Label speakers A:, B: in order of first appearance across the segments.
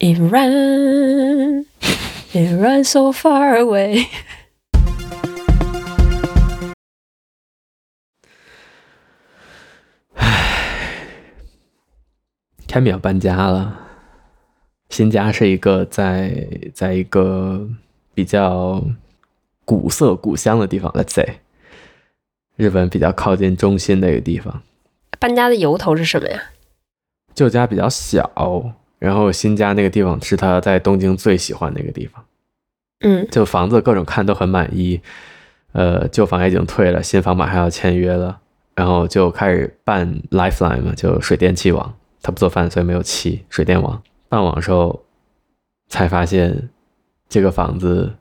A: It ran, it ran so far away
B: 凯米要搬家了，新家是一个在在一个比较古色古香的地方，Let's say，日本比较靠近中心的一个地方。
A: 搬家的由头是什么呀？
B: 旧家比较小，然后新家那个地方是他在东京最喜欢的一个地方。
A: 嗯，
B: 就房子各种看都很满意，呃，旧房已经退了，新房马上要签约了，然后就开始办 Lifeline 嘛，就水电气网。他不做饭，所以没有气，水电网。办网的时候才发现，这个房子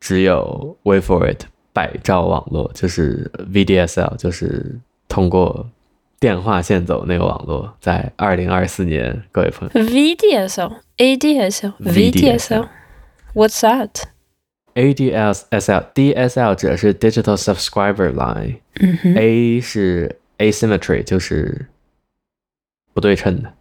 B: 只有 Wait for it 百兆网络，就是 VDSL，就是通过电话线走那个网络，在二零二四年，各位朋友
A: VDSL, ADSL,
B: VDSL
A: VDSL. What's that?
B: ，ADSL DSL 指的是 Digital Subscriber Line。
A: 嗯哼，
B: A 是 asymmetry，就是不对称的。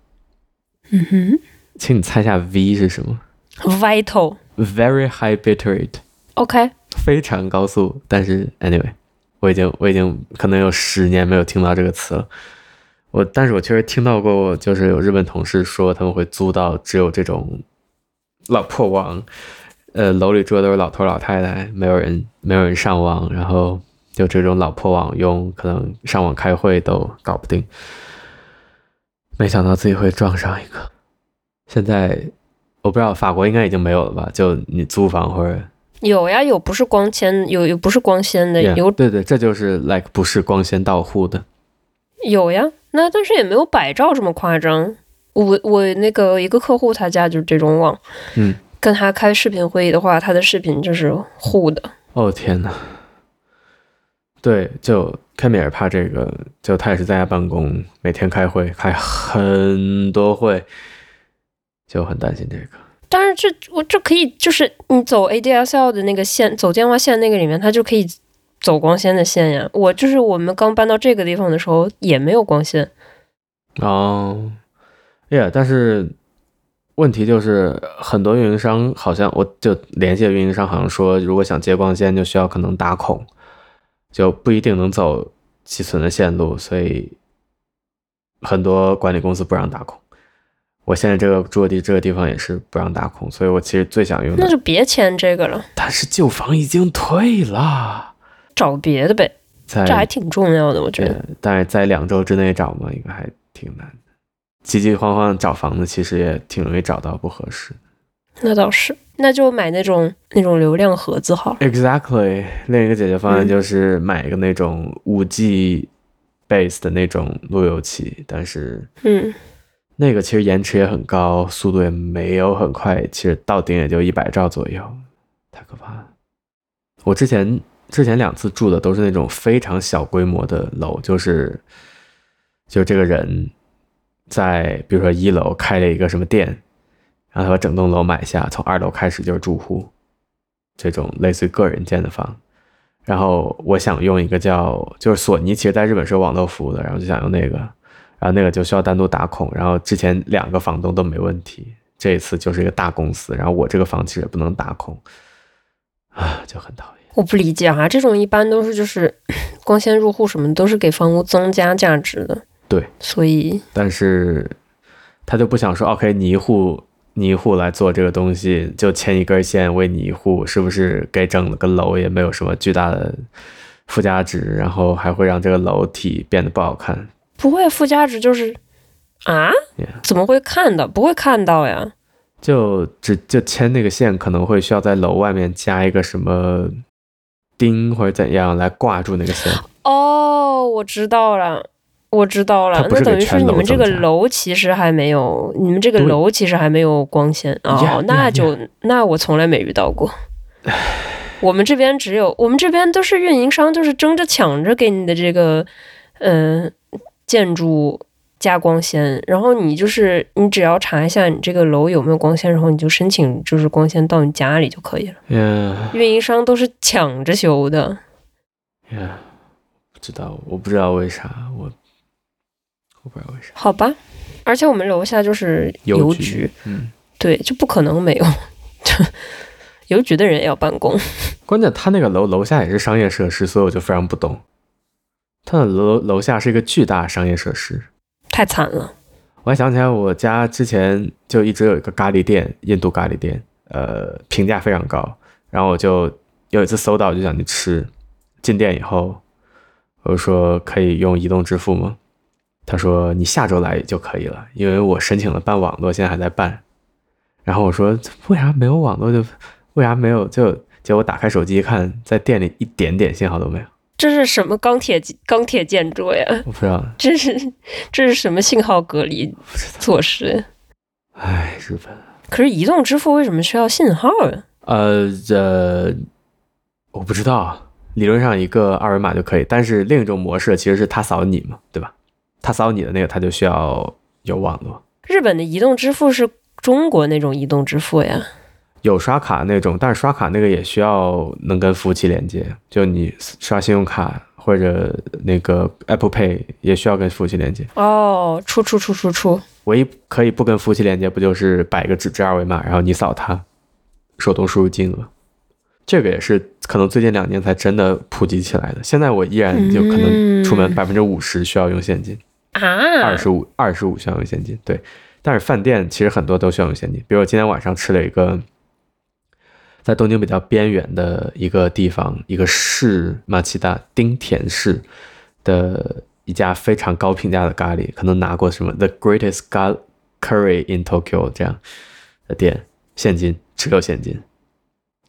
A: 嗯哼
B: 请你猜一下 V 是什么
A: ，Vital。
B: ？Very high bit rate，
A: OK，
B: 非常高速。但是 anyway，我已经我已经可能有十年没有听到这个词了。我但是我确实听到过，就是有日本同事说他们会租到只有这种老破网，呃，楼里住的都是老头老太太，没有人没有人上网，然后就这种老破网用，可能上网开会都搞不定。没想到自己会撞上一个。现在我不知道法国应该已经没有了吧？就你租房或者
A: 有呀，有不是光纤，有有不是光纤的
B: Yeah，
A: 有
B: 对对，这就是 like 不是光纤到户的。
A: 有呀。那但是也没有百兆这么夸张。我我那个一个客户，他家就是这种网，
B: 嗯，
A: 跟他开视频会议的话，他的视频就是互的。
B: 哦天呐，对，就开米尔怕这个，就他也是在家办公，每天开会，开很多会，就很担心这个。
A: 但是这我这可以，就是你走 ADSL 的那个线，走电话线那个里面，它就可以走光纤的线呀。我就是我们刚搬到这个地方的时候也没有光
B: 嗯
A: 纤，
B: 哦，耶！但是问题就是，很多运营商好像我就联系的运营商好像说，如果想接光纤，就需要可能打孔，就不一定能走寄存的线路，所以很多管理公司不让打孔。我现在这个住的地这个地方也是不让打孔，所以我其实最想用
A: 那
B: 的，
A: 就别签这个了，
B: 但是旧房已经退了，
A: 找别的呗。
B: 在
A: 这还挺重要的，我觉得。
B: 哎对，但是在两周之内找嘛，应该还挺难的。急急慌慌找房子，其实也挺容易找到不合适。
A: 那倒是，那就买那种那种流量盒子好了。
B: Exactly，另一个解决方案
A: 嗯
B: 就是买一个那种五 G base 的那种路由器，但是
A: 嗯，
B: 那个其实延迟也很高，速度也没有很快，其实到顶也就一百兆左右，太可怕了。我之前之前两次住的都是那种非常小规模的楼，就是就是这个人在比如说一楼开了一个什么店，然后他把整栋楼买下，从二楼开始就是住户，这种类似于个人建的房。然后我想用一个叫就是索尼，其实在日本是有网络服务的，然后就想用那个。然后那个就需要单独打孔，然后之前两个房东都没问题，这一次就是一个大公司，然后我这个房其实也不能打孔，啊，就很讨厌。
A: 我不理解啊，这种一般都是就是 光纤入户什么都是给房屋增加价值的。
B: 对，
A: 所以
B: 但是他就不想说，OK，你一户你一户来做这个东西，就牵一根线为你一户，是不是给整个楼也没有什么巨大的附加值，然后还会让这个楼体变得不好看？
A: 不会附加值就是啊
B: Yeah
A: 怎么会看到？不会看到呀。
B: 就只就牵那个线，可能会需要在楼外面加一个什么钉或者怎样来挂住那个线。
A: 哦，我知道了。我知道
B: 它
A: 了，
B: 不
A: 那
B: 是
A: 等
B: 给
A: 于
B: 全
A: 是你
B: 楼
A: 们这
B: 增
A: 个
B: 加
A: 楼其实还没有，你们这个
B: 对
A: 楼其实还没有光纤哦
B: Yeah,
A: 那
B: yeah,
A: 就那我从来没遇到过。我们这边只有我们这边都是运营商，就是争着抢着给你的这个，嗯、建筑加光纤，然后你就是你只要查一下你这个楼有没有光纤，然后你就申请就是光纤到你家里就可以了。
B: 嗯
A: 运营商都是抢着修的，
B: 呀，不知道，我不知道为啥，我我不知道为啥
A: 好吧？而且我们楼下就是
B: 邮
A: 邮
B: 局嗯，
A: 对，就不可能没有， 就邮局的人也要办公。
B: 关键他那个楼楼下也是商业设施，所以我就非常不懂。他的楼楼下是一个巨大的商业设施。
A: 太惨了，
B: 我还想起来，我家之前就一直有一个咖喱店，印度咖喱店，呃，评价非常高。然后我就有一次搜到，我就想去吃。进店以后，我就说可以用移动支付吗？他说你下周来就可以了，因为我申请了办网络，现在还在办。然后我说为啥没有网络就为啥没有就结果打开手机一看，在店里一点点信号都没有，
A: 这是什么钢铁钢铁建筑呀？
B: 我不知道。
A: 这是这是什么信号隔离措施？
B: 唉，日本，
A: 可是移动支付为什么需要信号啊呀？
B: 呃，这我不知道，啊理论上一个二维码就可以，但是另一种模式其实是他扫你嘛，对吧？他扫你的那个，他就需要有网络。
A: 日本的移动支付是中国那种移动支付呀？
B: 有刷卡那种，但是刷卡那个也需要能跟服务器连接，就你刷信用卡或者那个 Apple Pay 也需要跟服务器连接。
A: 哦，出出出出出，
B: 唯一可以不跟服务器连接，不就是摆个纸质二维码，然后你扫它，手动输入金额。这个也是可能最近两年才真的普及起来的。现在我依然就可能出门
A: 嗯
B: 百分之五十需要用现金，
A: 啊
B: 二，十五二十五需要用现金。对，但是饭店其实很多都需要用现金。比如我今天晚上吃了一个在东京比较边缘的一个地方，一个市马奇达丁田市的一家非常高评价的咖喱，可能拿过什么 The Greatest Gal Curry in Tokyo 这样的店，现金只有现金。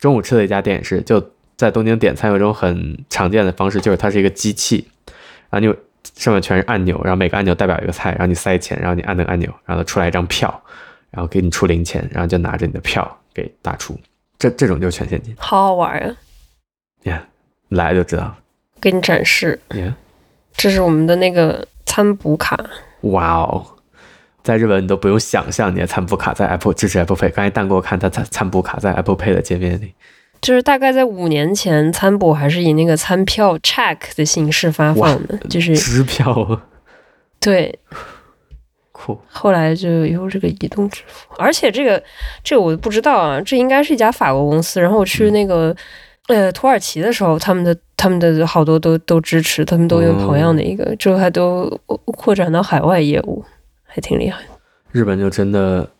B: 中午吃的一家店也是，就在东京点餐有一种很常见的方式，就是它是一个机器，然后你有上面全是按钮，然后每个按钮代表一个菜，然后你塞钱，然后你按那个按钮，然后它出来一张票，然后给你出零钱，然后就拿着你的票给大厨。这这种就是全现金，
A: 好好玩啊！
B: 来就知道了。
A: 给你展示，
B: Yeah
A: 这是我们的那个餐补卡，
B: 哇哦，在日本你都不用想象你的餐补卡在 Apple 支持 Apple Pay。刚才蛋给我看他餐餐补卡在 Apple Pay 的界面里，
A: 就是大概在五年前，餐补还是以那个餐票 check 的形式发放的，就是
B: 支票啊
A: 对，
B: 酷。
A: 后来就有这个移动支付，而且这个这个我不知道啊，这应该是一家法国公司。然后我去那个、呃土耳其的时候，他们的他们的好多都都支持，他们都用同样的一个，就还都扩展到海外业务，还挺厉害。
B: 日本就真的，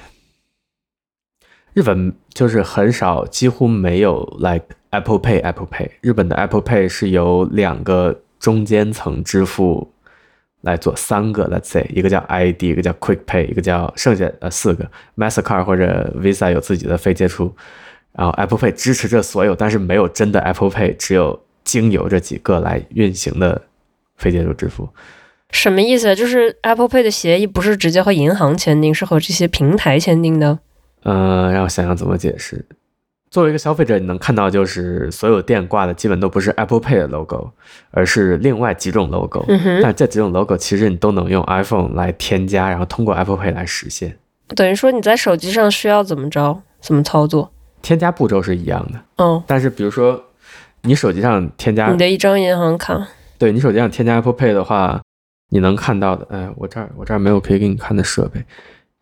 B: 唉，日本就是很少，几乎没有 like Apple Pay Apple Pay。日本的 Apple Pay 是由两个中间层支付来做，三个 let's say，一个叫 ID，一个叫 Quick Pay，一个叫剩下呃四个 Mastercard 或者 Visa 有自己的非接触，然后 Apple Pay 支持这所有，但是没有真的 Apple Pay，只有经由这几个来运行的非接触支付。
A: 什么意思啊？就是 Apple Pay 的协议不是直接和银行签订，是和这些平台签订的。
B: 呃，让我想想怎么解释。作为一个消费者，你能看到就是所有店挂的基本都不是 Apple Pay 的 logo，而是另外几种 logo。
A: 嗯哼，
B: 但这几种 logo 其实你都能用 iPhone 来添加，然后通过 Apple Pay 来实现。
A: 等于说你在手机上需要怎么着，怎么操作？
B: 添加步骤是一样的，
A: 哦，
B: 但是比如说你手机上添加
A: 你的一张银行卡。
B: 对你手机上添加 Apple Pay 的话，你能看到的，哎，我这儿我这儿没有可以给你看的设备，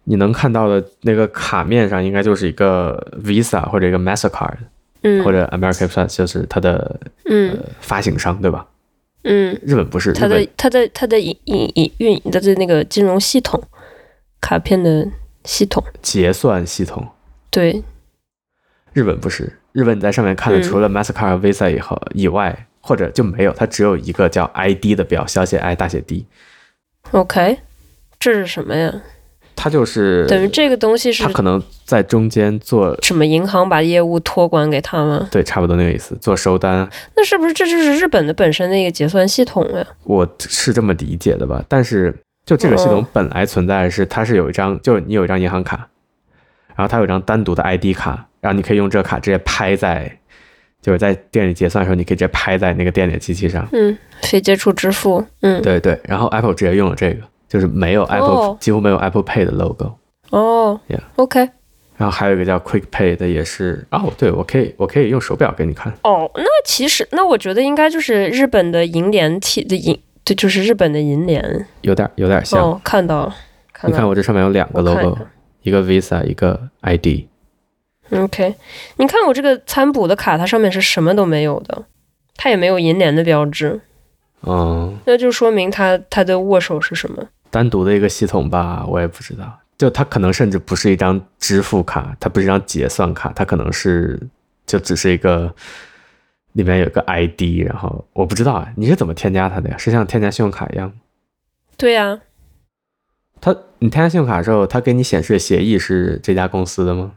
B: 你能看到的那个卡面上应该就是一个 Visa 或者一个 Mastercard
A: 嗯
B: 或者 American Express，就是它的
A: 嗯
B: 呃发行商，对吧？
A: 嗯，
B: 日本不是，
A: 它
B: 日
A: 的
B: 本
A: 它的它的营营营运营的这那个金融系统，卡片的系统，
B: 结算系统，
A: 对，
B: 日本不是，日本你在上面看的
A: 嗯
B: 除了 Mastercard、Visa 以后以外，或者就没有，它只有一个叫 ID 的标，小写 I 大写 D，
A: OK，这是什么呀？
B: 它就是
A: 等于这个东西是
B: 它可能在中间做，
A: 什么银行把业务托管给他吗？
B: 对，差不多那个意思，做收单，
A: 那是不是这就是日本的本身的一个结算系统呀？
B: 我是这么理解的吧？但是就这个系统
A: 哦
B: 本来存在的是，它是有一张，就是你有一张银行卡，然后它有一张单独的 ID 卡，然后你可以用这个卡直接拍在，就是在店里结算的时候，你可以直接拍在那个店里的机器上。
A: 嗯，非接触支付，嗯，
B: 对对，然后 Apple 直接用了这个，就是没有 Apple，、
A: 哦
B: 几乎没有 Apple Pay 的 logo。
A: 哦
B: Yeah
A: ，OK，
B: 然后还有一个叫 Quick Pay 的，也是哦，对我可以我可以用手表给你看，
A: 哦，那其实那我觉得应该就是日本的银联体的银，对，就是日本的银联，
B: 有点有点像。
A: 哦，看到了，看
B: 你
A: 到
B: 看
A: 了，
B: 我这上面有两个
A: 我看一
B: logo，
A: 看
B: 一个 Visa，一个 ID。
A: OK，你看我这个餐补的卡，它上面是什么都没有的，它也没有银联的标志，
B: 嗯，
A: 那就说明它它的握手是什么？
B: 单独的一个系统吧，我也不知道。就它可能甚至不是一张支付卡，它不是一张结算卡，它可能是就只是一个里面有个 ID，然后我不知道啊，你是怎么添加它的呀？是像添加信用卡一样？
A: 对啊呀、
B: 它你添加信用卡之后，它给你显示的协议是这家公司的吗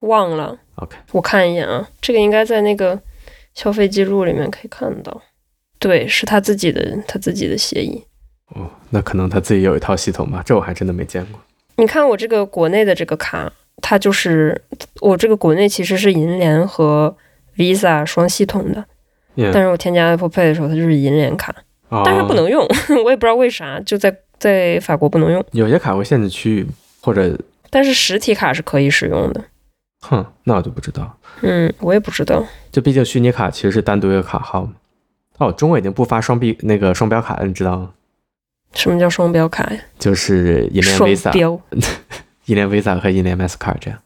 A: 忘了，
B: ？OK，
A: 我看一眼啊，这个应该在那个消费记录里面可以看到。对，是他自己的他自己的协议。
B: 哦，那可能他自己有一套系统吧，这我还真的没见过。
A: 你看我这个国内的这个卡，它就是我这个国内其实是银联和 Visa 双系统的，但
B: 嗯，
A: 是我添加 Apple Pay 的时候，它就是银联卡，
B: 哦
A: 但是不能用， 我也不知道为啥，就在在法国不能用，
B: 有些卡会限制区域，或者
A: 但是实体卡是可以使用的。
B: 哼，那我就不知道。
A: 嗯，我也不知道。
B: 就毕竟虚拟卡其实是单独一个卡号嘛。哦，中国已经不发双币那个双标卡了，你知道吗？
A: 什么叫双标卡呀？
B: 就是银联
A: 双
B: Visa、
A: 标，
B: 银联 Visa 和银联 Mastercard 这样。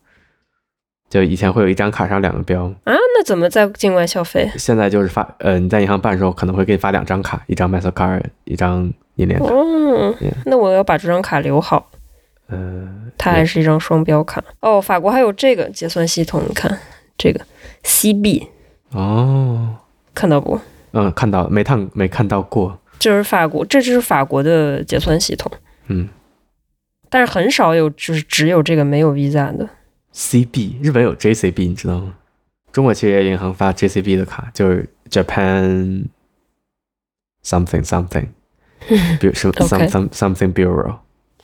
B: 就以前会有一张卡上两个标，
A: 啊那怎么在境外消费？
B: 现在就是发呃你在银行办的时候可能会给你发两张卡，一张 Mastercard，一张银联卡。
A: 哦
B: Yeah，
A: 那我要把这张卡留好，
B: 嗯、
A: 它还是一张双标卡。哦，法国还有这个结算系统，你看这个 CB
B: 哦，
A: 看到不？
B: 嗯，看到了没看没看到过，
A: 就是法国，这就是法国的结算系统，
B: 嗯
A: 但是很少有就是只有这个没有 Visa 的。
B: ，CB 日本有 JCB 你知道吗？中国其实也有银行发 JCB 的卡，就是 Japan something something。比如什么
A: OK 嗯
B: some some something bureau，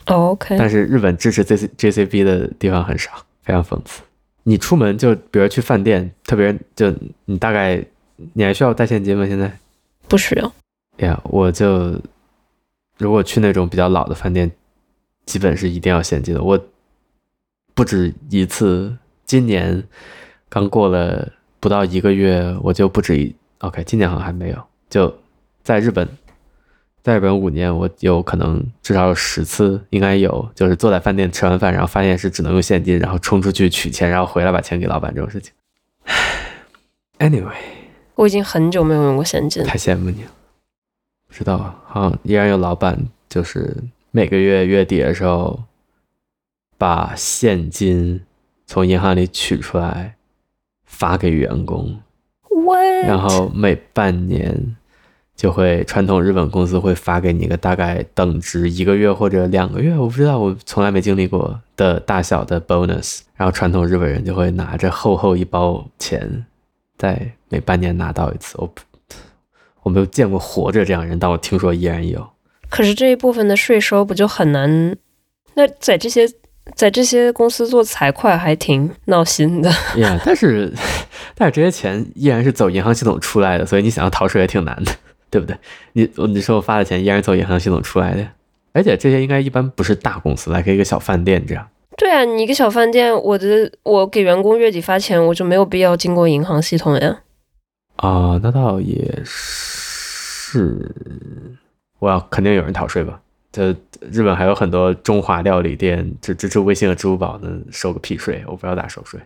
A: 哦 OK，
B: 但是日本支持 J C J C B 的地方很少，非常讽刺。你出门就，比如去饭店，特别就你大概你还需要带现金吗？现在
A: 不需要。
B: 呀我就如果去那种比较老的饭店，基本是一定要现金的。我不止一次，今年刚过了不到一个月，我就不止一 OK，今年好像还没有。就在日本，在日本五年，我有可能至少有十次，应该有，就是坐在饭店吃完饭，然后发现是只能用现金，然后冲出去取钱，然后回来把钱给老板这种事情。 唉 Anyway。
A: 我已经很久没有用过现金了。
B: 太羡慕你了。不知道啊，好像依然有老板，就是每个月月底的时候，把现金从银行里取出来发给员工，
A: What？
B: 然后每半年就会传统日本公司会发给你一个大概等值一个月或者两个月，我不知道，我从来没经历过的大小的 bonus。然后传统日本人就会拿着厚厚一包钱，在每半年拿到一次。我不我没有见过活着这样的人，但我听说依然有。
A: 可是这一部分的税收不就很难？那在这些在这些公司做财会还挺闹心 的。
B: 呀，但是但是这些钱依然是走银行系统出来的，所以你想要逃税也挺难的，对不对？你你说我发的钱依然是走银行系统出来的，而且这些应该一般不是大公司，来给一个小饭店这样。
A: 对啊，你一个小饭店，我的我给员工月底发钱，我就没有必要经过银行系统呀。
B: 啊、那倒也是，哇，肯定有人逃税吧？这日本还有很多中华料理店，只支持微信和支付宝呢，收个屁税，我不知道咋收税，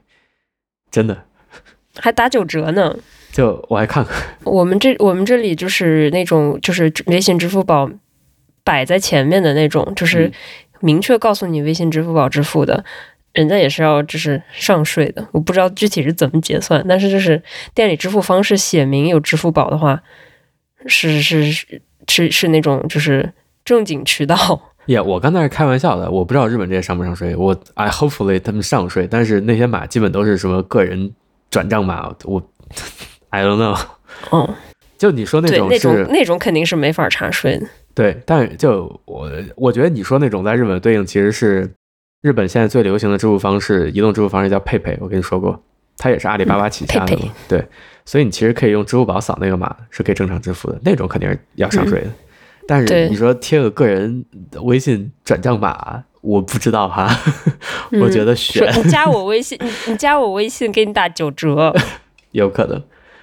B: 真的。
A: 还打九折呢，
B: 就我还看看，
A: 我们这我们这里就是那种就是微信、支付宝摆在前面的那种，就是
B: 嗯
A: 明确告诉你微信、支付宝支付的，人家也是要就是上税的。我不知道具体是怎么结算，但是就是店里支付方式写明有支付宝的话，是是是是是那种就是正经渠道。
B: 也、我刚才是开玩笑的，我不知道日本这些上不上税，我 I hopefully 他们上税，但是那些码基本都是什么个人转账码，我 I don't know，
A: 嗯，
B: 就你哦说那
A: 对，
B: 种
A: 那
B: 是
A: 种那种肯定是没法查税的。
B: 对，但是就我我觉得你说那种在日本的对应其实是日本现在最流行的支付方式，移动支付方式叫 PayPay，我跟你说过，它也是阿里
A: 嗯
B: 巴巴旗下的嘛，
A: PayPay
B: 对，所以你其实可以用支付宝扫那个码是可以正常支付的，那种肯定是要上税的。但
A: 嗯
B: 是
A: 对
B: 你说贴个个人微信转账码，我不知道哈，
A: 嗯
B: 我觉得
A: 说
B: 悬，
A: 你加我微信，你你加我微信，给你打九 折。
B: 有可能。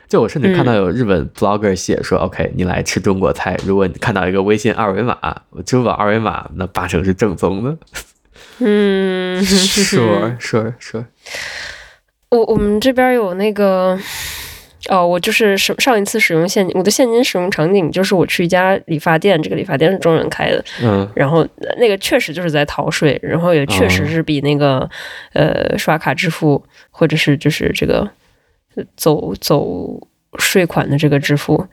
B: 就我甚至
A: 嗯
B: 看到有日本 blogger 写说、o k 你来吃中国菜，如果你看到一个微信二维码、支付宝二维码，那八成是正宗的。
A: 嗯，
B: sure sure sure，
A: 我我们这边有那个，哦，我就是上上一次使用现金，我的现金使用场景就是我去一家理发店，这个理发店是中人开的，
B: 嗯
A: 然后呃那个确实就是在逃税，然后也确实是比那个、呃刷卡支付或者是就是这个呃走走税款的这个支付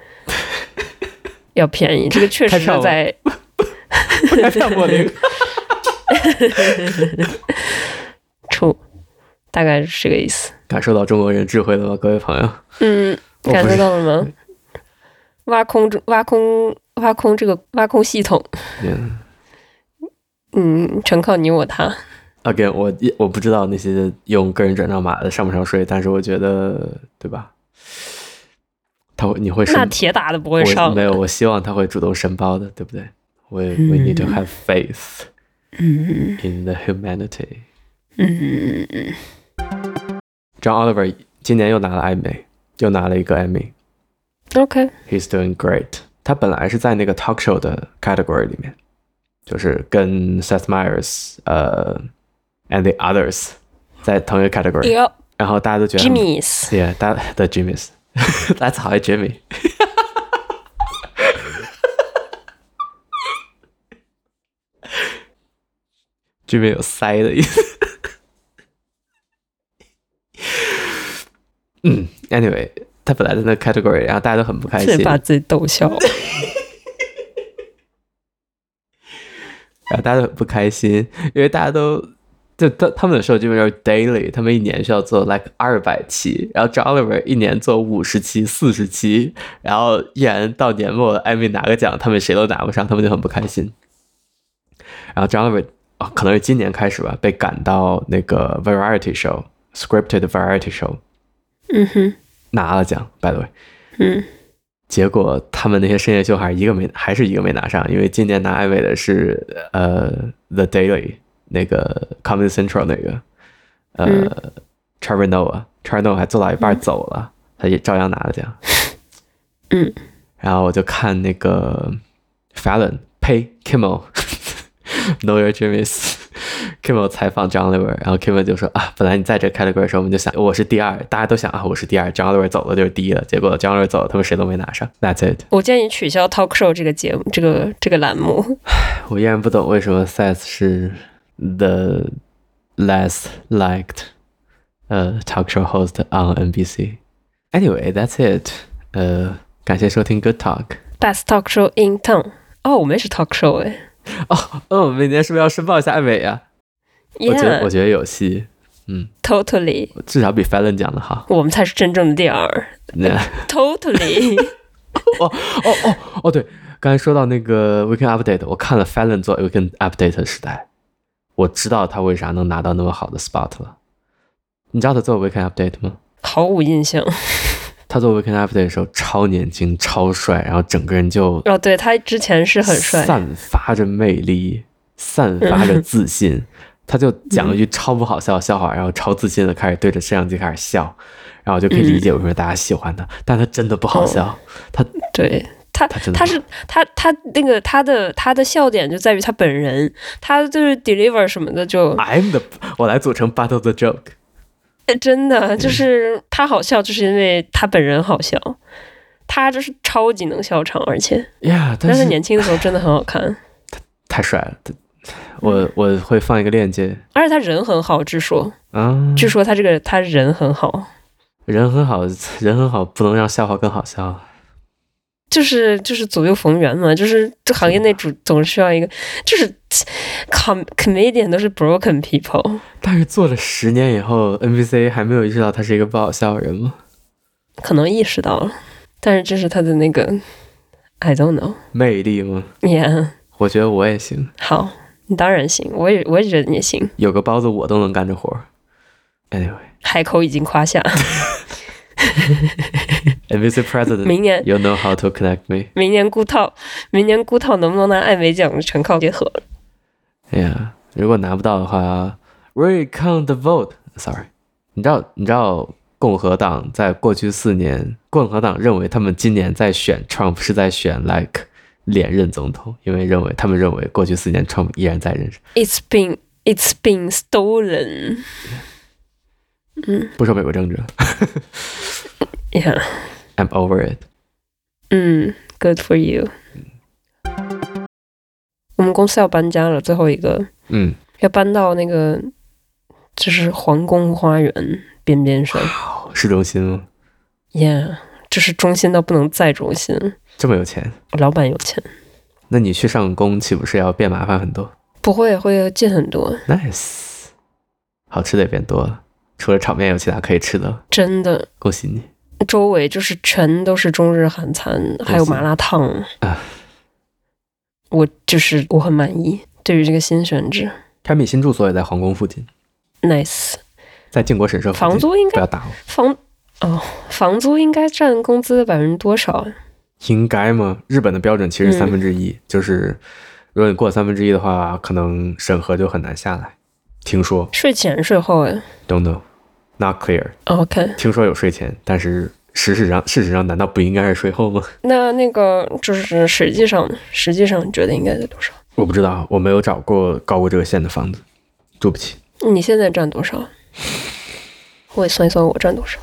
A: 要便宜，这个确实
B: 开票
A: 是
B: 吗
A: 在
B: 开票过零，
A: 处，大概是这个意思。
B: 感受到中国人智慧了吗，各位朋友？
A: 嗯，
B: 我
A: 感
B: 哦不
A: 受
B: 是
A: 到了吗？挖空这挖空挖空这个挖空系统，
B: 嗯
A: 嗯，全靠你我他。
B: ，again，我我不知道那些用个人转账码的上不上税，但是我觉得，对吧？他会，你会
A: 那
B: 申，
A: 铁打的不会
B: 我
A: 上
B: 没
A: 的，
B: 有，我希望他会主动申报的，对不对？We we need to have faith
A: 嗯
B: in the humanity。
A: 嗯，
B: John Oliver 今年又拿了艾美，又拿了一个艾美。
A: OK，
B: He's doing great。他本来是在那个 talk show 的 category 里面，就是跟 Seth Meyers 呃 and the others 在同一个 category，、
A: 有
B: 然后大家都觉得
A: Jimmy's，
B: Yeah, that the Jimmy's. That's hi Jimmy. 这边有塞的意思。嗯，anyway，他本来在那个 category，然后大家都很不开心
A: 自，己把自己逗 笑。
B: 然后大家都很不开心，因为大家都就他他们的授基本就是 daily，他们一年需要做 like 二百期，然后 John Oliver 一年做五十期、四十期，然后依然到年末艾米拿个奖，他们谁都拿不上，他们就很不开心。然后 John Oliver 啊、可能是今年开始吧，被赶到那个 variety show scripted variety show
A: 嗯哼，
B: 拿了奖，by the way。
A: 嗯
B: 结果他们那些深夜秀还是一个没，还是一个没拿上，因为今年拿艾美的是呃《The Daily》那个 Comedy Central 那个，呃、
A: 嗯
B: c h a r l i Noah，c h a r l i Noah 还做到一半走了，他也照样拿了奖。
A: 嗯，
B: 然后我就看那个 Fallon、呸 Kimmel、Know Your Jimmy's。Kimmel 采访 John Oliver，然后 Kimmel 就说啊，本来你在这 category 的时候，我们就想我是第二，大家都想啊我是第二，John Oliver 走了就是第一了。结果 John Oliver 走了，他们谁都没拿上。That's it。
A: 我建议取消 talk show 这个节目，这个这个栏目。
B: 我依然不懂为什么 Seth 是 the less liked 呃 talk show host on NBC。Anyway, that's it。呃，感谢收听 Good Talk。
A: Best talk show in town。哦，我们也是 talk show 哎。
B: 哦，嗯，我们明年是不是要申报一下艾美呀、我觉得我
A: Yeah,
B: 觉得有戏，
A: totally。
B: 至少比 Fallon 讲的好。
A: 我们才是真正的第二。
B: 那
A: Totally。
B: 哦哦哦，对，刚才说到那个 Weekend Update，我看了 Fallon 做 Weekend Update 的时代，我知道他为啥能拿到那么好的 spot 了。你知道他做 Weekend Update 吗？
A: 毫无印象。
B: 他做 Weekend Update 的时候超年轻、超帅，然后整个人就
A: 哦，对他之前是很帅。
B: 散发着魅力，散发着自 信。他就讲一句超不好笑的笑话，然后超自信的开始对着摄像机开始笑，然后我就可以理解为什么大家喜欢
A: 嗯
B: 他，但他真的不好笑。
A: 对他，
B: 他真的
A: 哦他是他他那个他的他的笑点就在于他本人，他就是 deliver 什么的就
B: I'm the 我来组成 battle the joke。
A: 呃真的就是他好笑，就是因为他本人好笑。他就是超级能笑场，而且
B: Yeah，但
A: 但是
B: 是
A: 年轻的时候真的很好看，
B: 太帅了。他我我会放一个链接
A: 而且他人很好。据说，
B: 啊，
A: 据说他这个他人很好，
B: 人很好，人很好，不能让笑话更好笑。
A: 就是就是左右逢源嘛，就是这行业内主总是需要一个，就是 com comedian 都是 broken people。
B: 但是做了十年以后，NBC 还没有意识到他是一个不好笑的人吗？
A: 可能意识到了，但是这是他的那个，I don't know，
B: 魅力吗？
A: yeah,，
B: 我觉得我也行，
A: 好，你当然行，我也我也觉得你行，
B: 有个包子我都能干这活儿。Anyway，NBC
A: 海口已经夸下，
B: President，
A: 明年
B: you know how to connect me。
A: 明年顾套，明年顾套能不能拿艾美奖，全靠结合了。
B: 哎呀，如果拿不到的话，recount the vote。Sorry，你知道你知道共和党在过去四年，共和党认为他们今年在选 Trump 是在选 like 连任总统，因为认为他们认为过去四年 Trump 依然在任。
A: It's been It's been stolen。嗯
B: 不说美国政治了
A: ，Yeah，
B: ，I'm over it。
A: 嗯，Good for you。我们公司要搬家了，最后一个
B: 嗯，
A: 要搬到那个就是皇宫花园边边上
B: 好，市中心吗？
A: ，Yeah，就是中心到不能再中心。
B: 这么有钱，
A: 老板有钱，
B: 那你去上工岂不是要变麻烦很多
A: 不会会近很多，
B: ？Nice，好吃的也变多了，除了炒面有其他可以吃的了，
A: 真的。
B: 恭喜你。
A: 周围就是全都是中日韩餐，还有麻辣烫
B: 啊。
A: 我就是我很满意对于这个新选址
B: 产品新住所也在皇宫附近，
A: ，nice。
B: 在靖国神社附
A: 房
B: 近。
A: 租应
B: 呃不
A: 该
B: 要打我，
A: 房哦，房租应该占工资的百分之多少啊？
B: 应该吗？日本的标准其实三分之一，就是如果你过三分之一的话，可能审核就很难下来。听说
A: 税前税后哎。
B: ，don't know，not clear。
A: OK，
B: 听说有税前，但是事实上，事实上难道不应该是税后吗？
A: 那那个就是实际上，实际上你觉得应该在多少？
B: 我不知道，我没有找过高过这个线的房子，住不起。
A: 你现在占多少？我也算一算我占多少，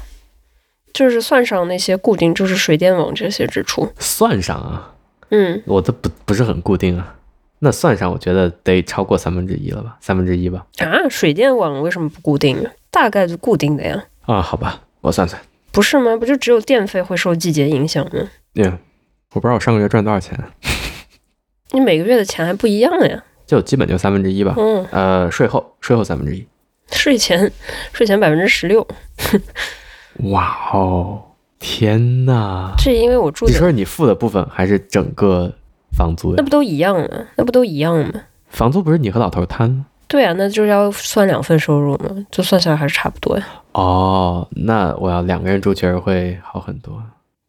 A: 就是算上那些固定，就是水电网这些支出。
B: 算上啊，
A: 嗯，
B: 我的不不是很固定啊。那算上，我觉得得超过三分之一了吧？三分之一吧？
A: 啊，水电网为什么不固定？大概就固定的呀，
B: 啊，好吧，我算算。
A: 不是吗？不就只有电费会受季节影响吗？
B: 嗯，我不知道我上个月赚多少钱，啊
A: 你每个月的钱还不一样呀。
B: 就基本就三分之一吧。
A: 嗯，
B: 呃，税后，税后三分之一。
A: 税前税前百分之十六，
B: 哇哦，天呐！
A: 这因为我住
B: 你
A: 的
B: 说是你付的部分还是整个房租
A: 那
B: 呀？
A: 不都一样吗？那不都一样吗？
B: 房租不是你和老头摊吗？
A: 对啊，那就是要算两份收入嘛，就算下来还是差不多呀。
B: 哦，那我要两个人住确实会好很多。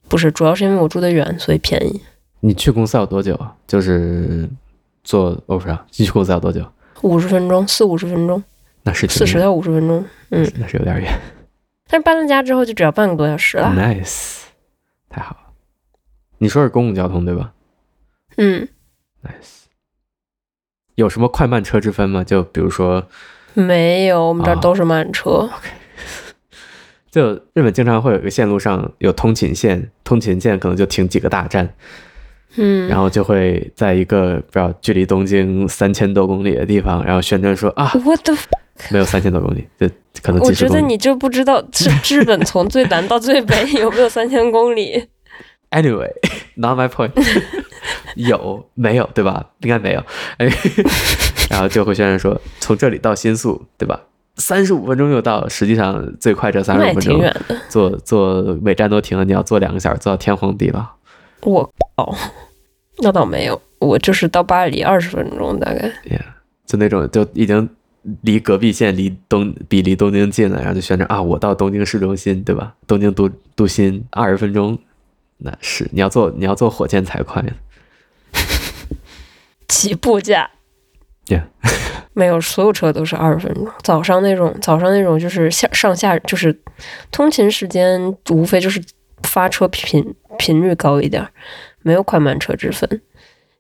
A: 不是，主要是因为我住的远，所以便宜。
B: 你去公司要多久啊？就是坐我不知道，你去公司要多久？
A: 五十分钟，四五十分钟，
B: 那是
A: 四
B: 挺
A: 十
B: 远，
A: 到五十分钟。嗯，
B: 那是有点远。
A: 但是搬了家之后就只要半个多小时了。
B: nice，太好了。你说是公共交通对吧
A: 嗯，
B: ？nice，有什么快慢车之分吗？就比如说，
A: 嗯没有，我们这儿
B: 啊
A: 都是慢车。
B: 就日本经常会有一个线路上有通勤线，通勤线可能就停几个大站，
A: 嗯，
B: 然后就会在一个不知道距离东京三千多公里的地方，然后宣传说啊，
A: 我的
B: 没有三千多公里，就可能
A: 我
B: 几
A: 觉
B: 十
A: 得
B: 公里。
A: 你就不知 道是日本从最南到最北有没有三千公 里。
B: Anyway, not my point 有。没有对吧？应该没有。 哎，然后就会宣传说，从这里到新宿对吧？三十五分钟就到了，实际上最快这三
A: 那
B: 十
A: 也
B: 五分
A: 挺
B: 钟
A: 远的。
B: 坐坐每站都停了，你要坐两个小时，坐到天荒地老。
A: 我靠，那倒没有，我就是到巴黎二十分钟大概。
B: 就那种就已经离隔壁县离东比离东京近了，然后就宣传啊，我到东京市中心，对吧？东京都都心二十分钟，那是你要坐你要坐火箭才快呢。
A: 起步价。
B: Yeah
A: 没有，所有车都是二十分钟。早上那种，早上那种就是下上下就是通勤时间，无非就是发车频频率高一点儿，没有快慢车之分，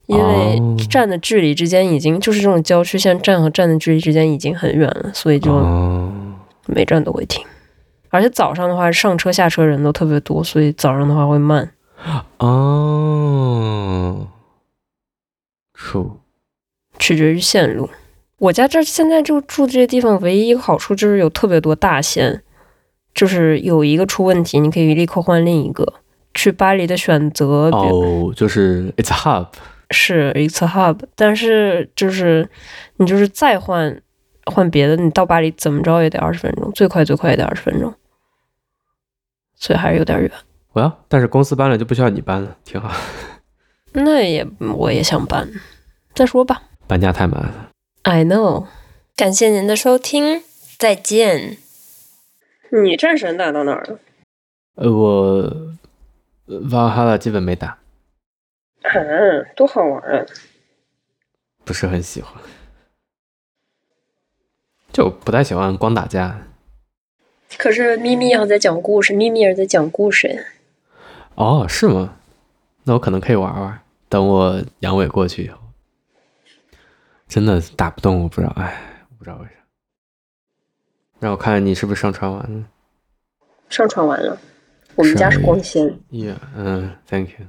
A: 因为
B: 哦
A: 站的距离之间已经就是这种郊区线站和站的距离之间已经很远了，所以就
B: 哦，
A: 每站都会停。而且早上的话，上车下车人都特别多，所以早上的话会慢。
B: 哦，true，
A: 取决于线路。我家这儿现在就住这个地方，唯一一个好处就是有特别多大线，就是有一个出问题，你可以立刻换另一个。去巴黎的选择比
B: 哦，就是 it's a hub，
A: 是 It's a Hub，但是就是你就是再换换别的，你到巴黎怎么着也得二十分钟，最快最快也得二十分钟，所以还是有点远。
B: 我要，但是公司搬了就不需要你搬了，挺好。
A: 那也我也想搬，再说吧。
B: 搬家太麻烦了，
A: I know。感谢您的收听，再见。你战神打到哪儿了？
B: 呃，我 Valhalla 基本没打，
A: 啊，多好玩啊！
B: 不是很喜欢，就不太喜欢光打架。
A: 可是咪咪还在讲故事，咪咪也在讲故事呀。
B: 哦，是吗？那我可能可以玩玩，等我阳痿过去以后。真的打不动，我不知道。哎，我不知道为啥。让我看你是不是上传完了
A: 上传完了。我们家是光纤，
B: ？Yeah，嗯、t h a n k you。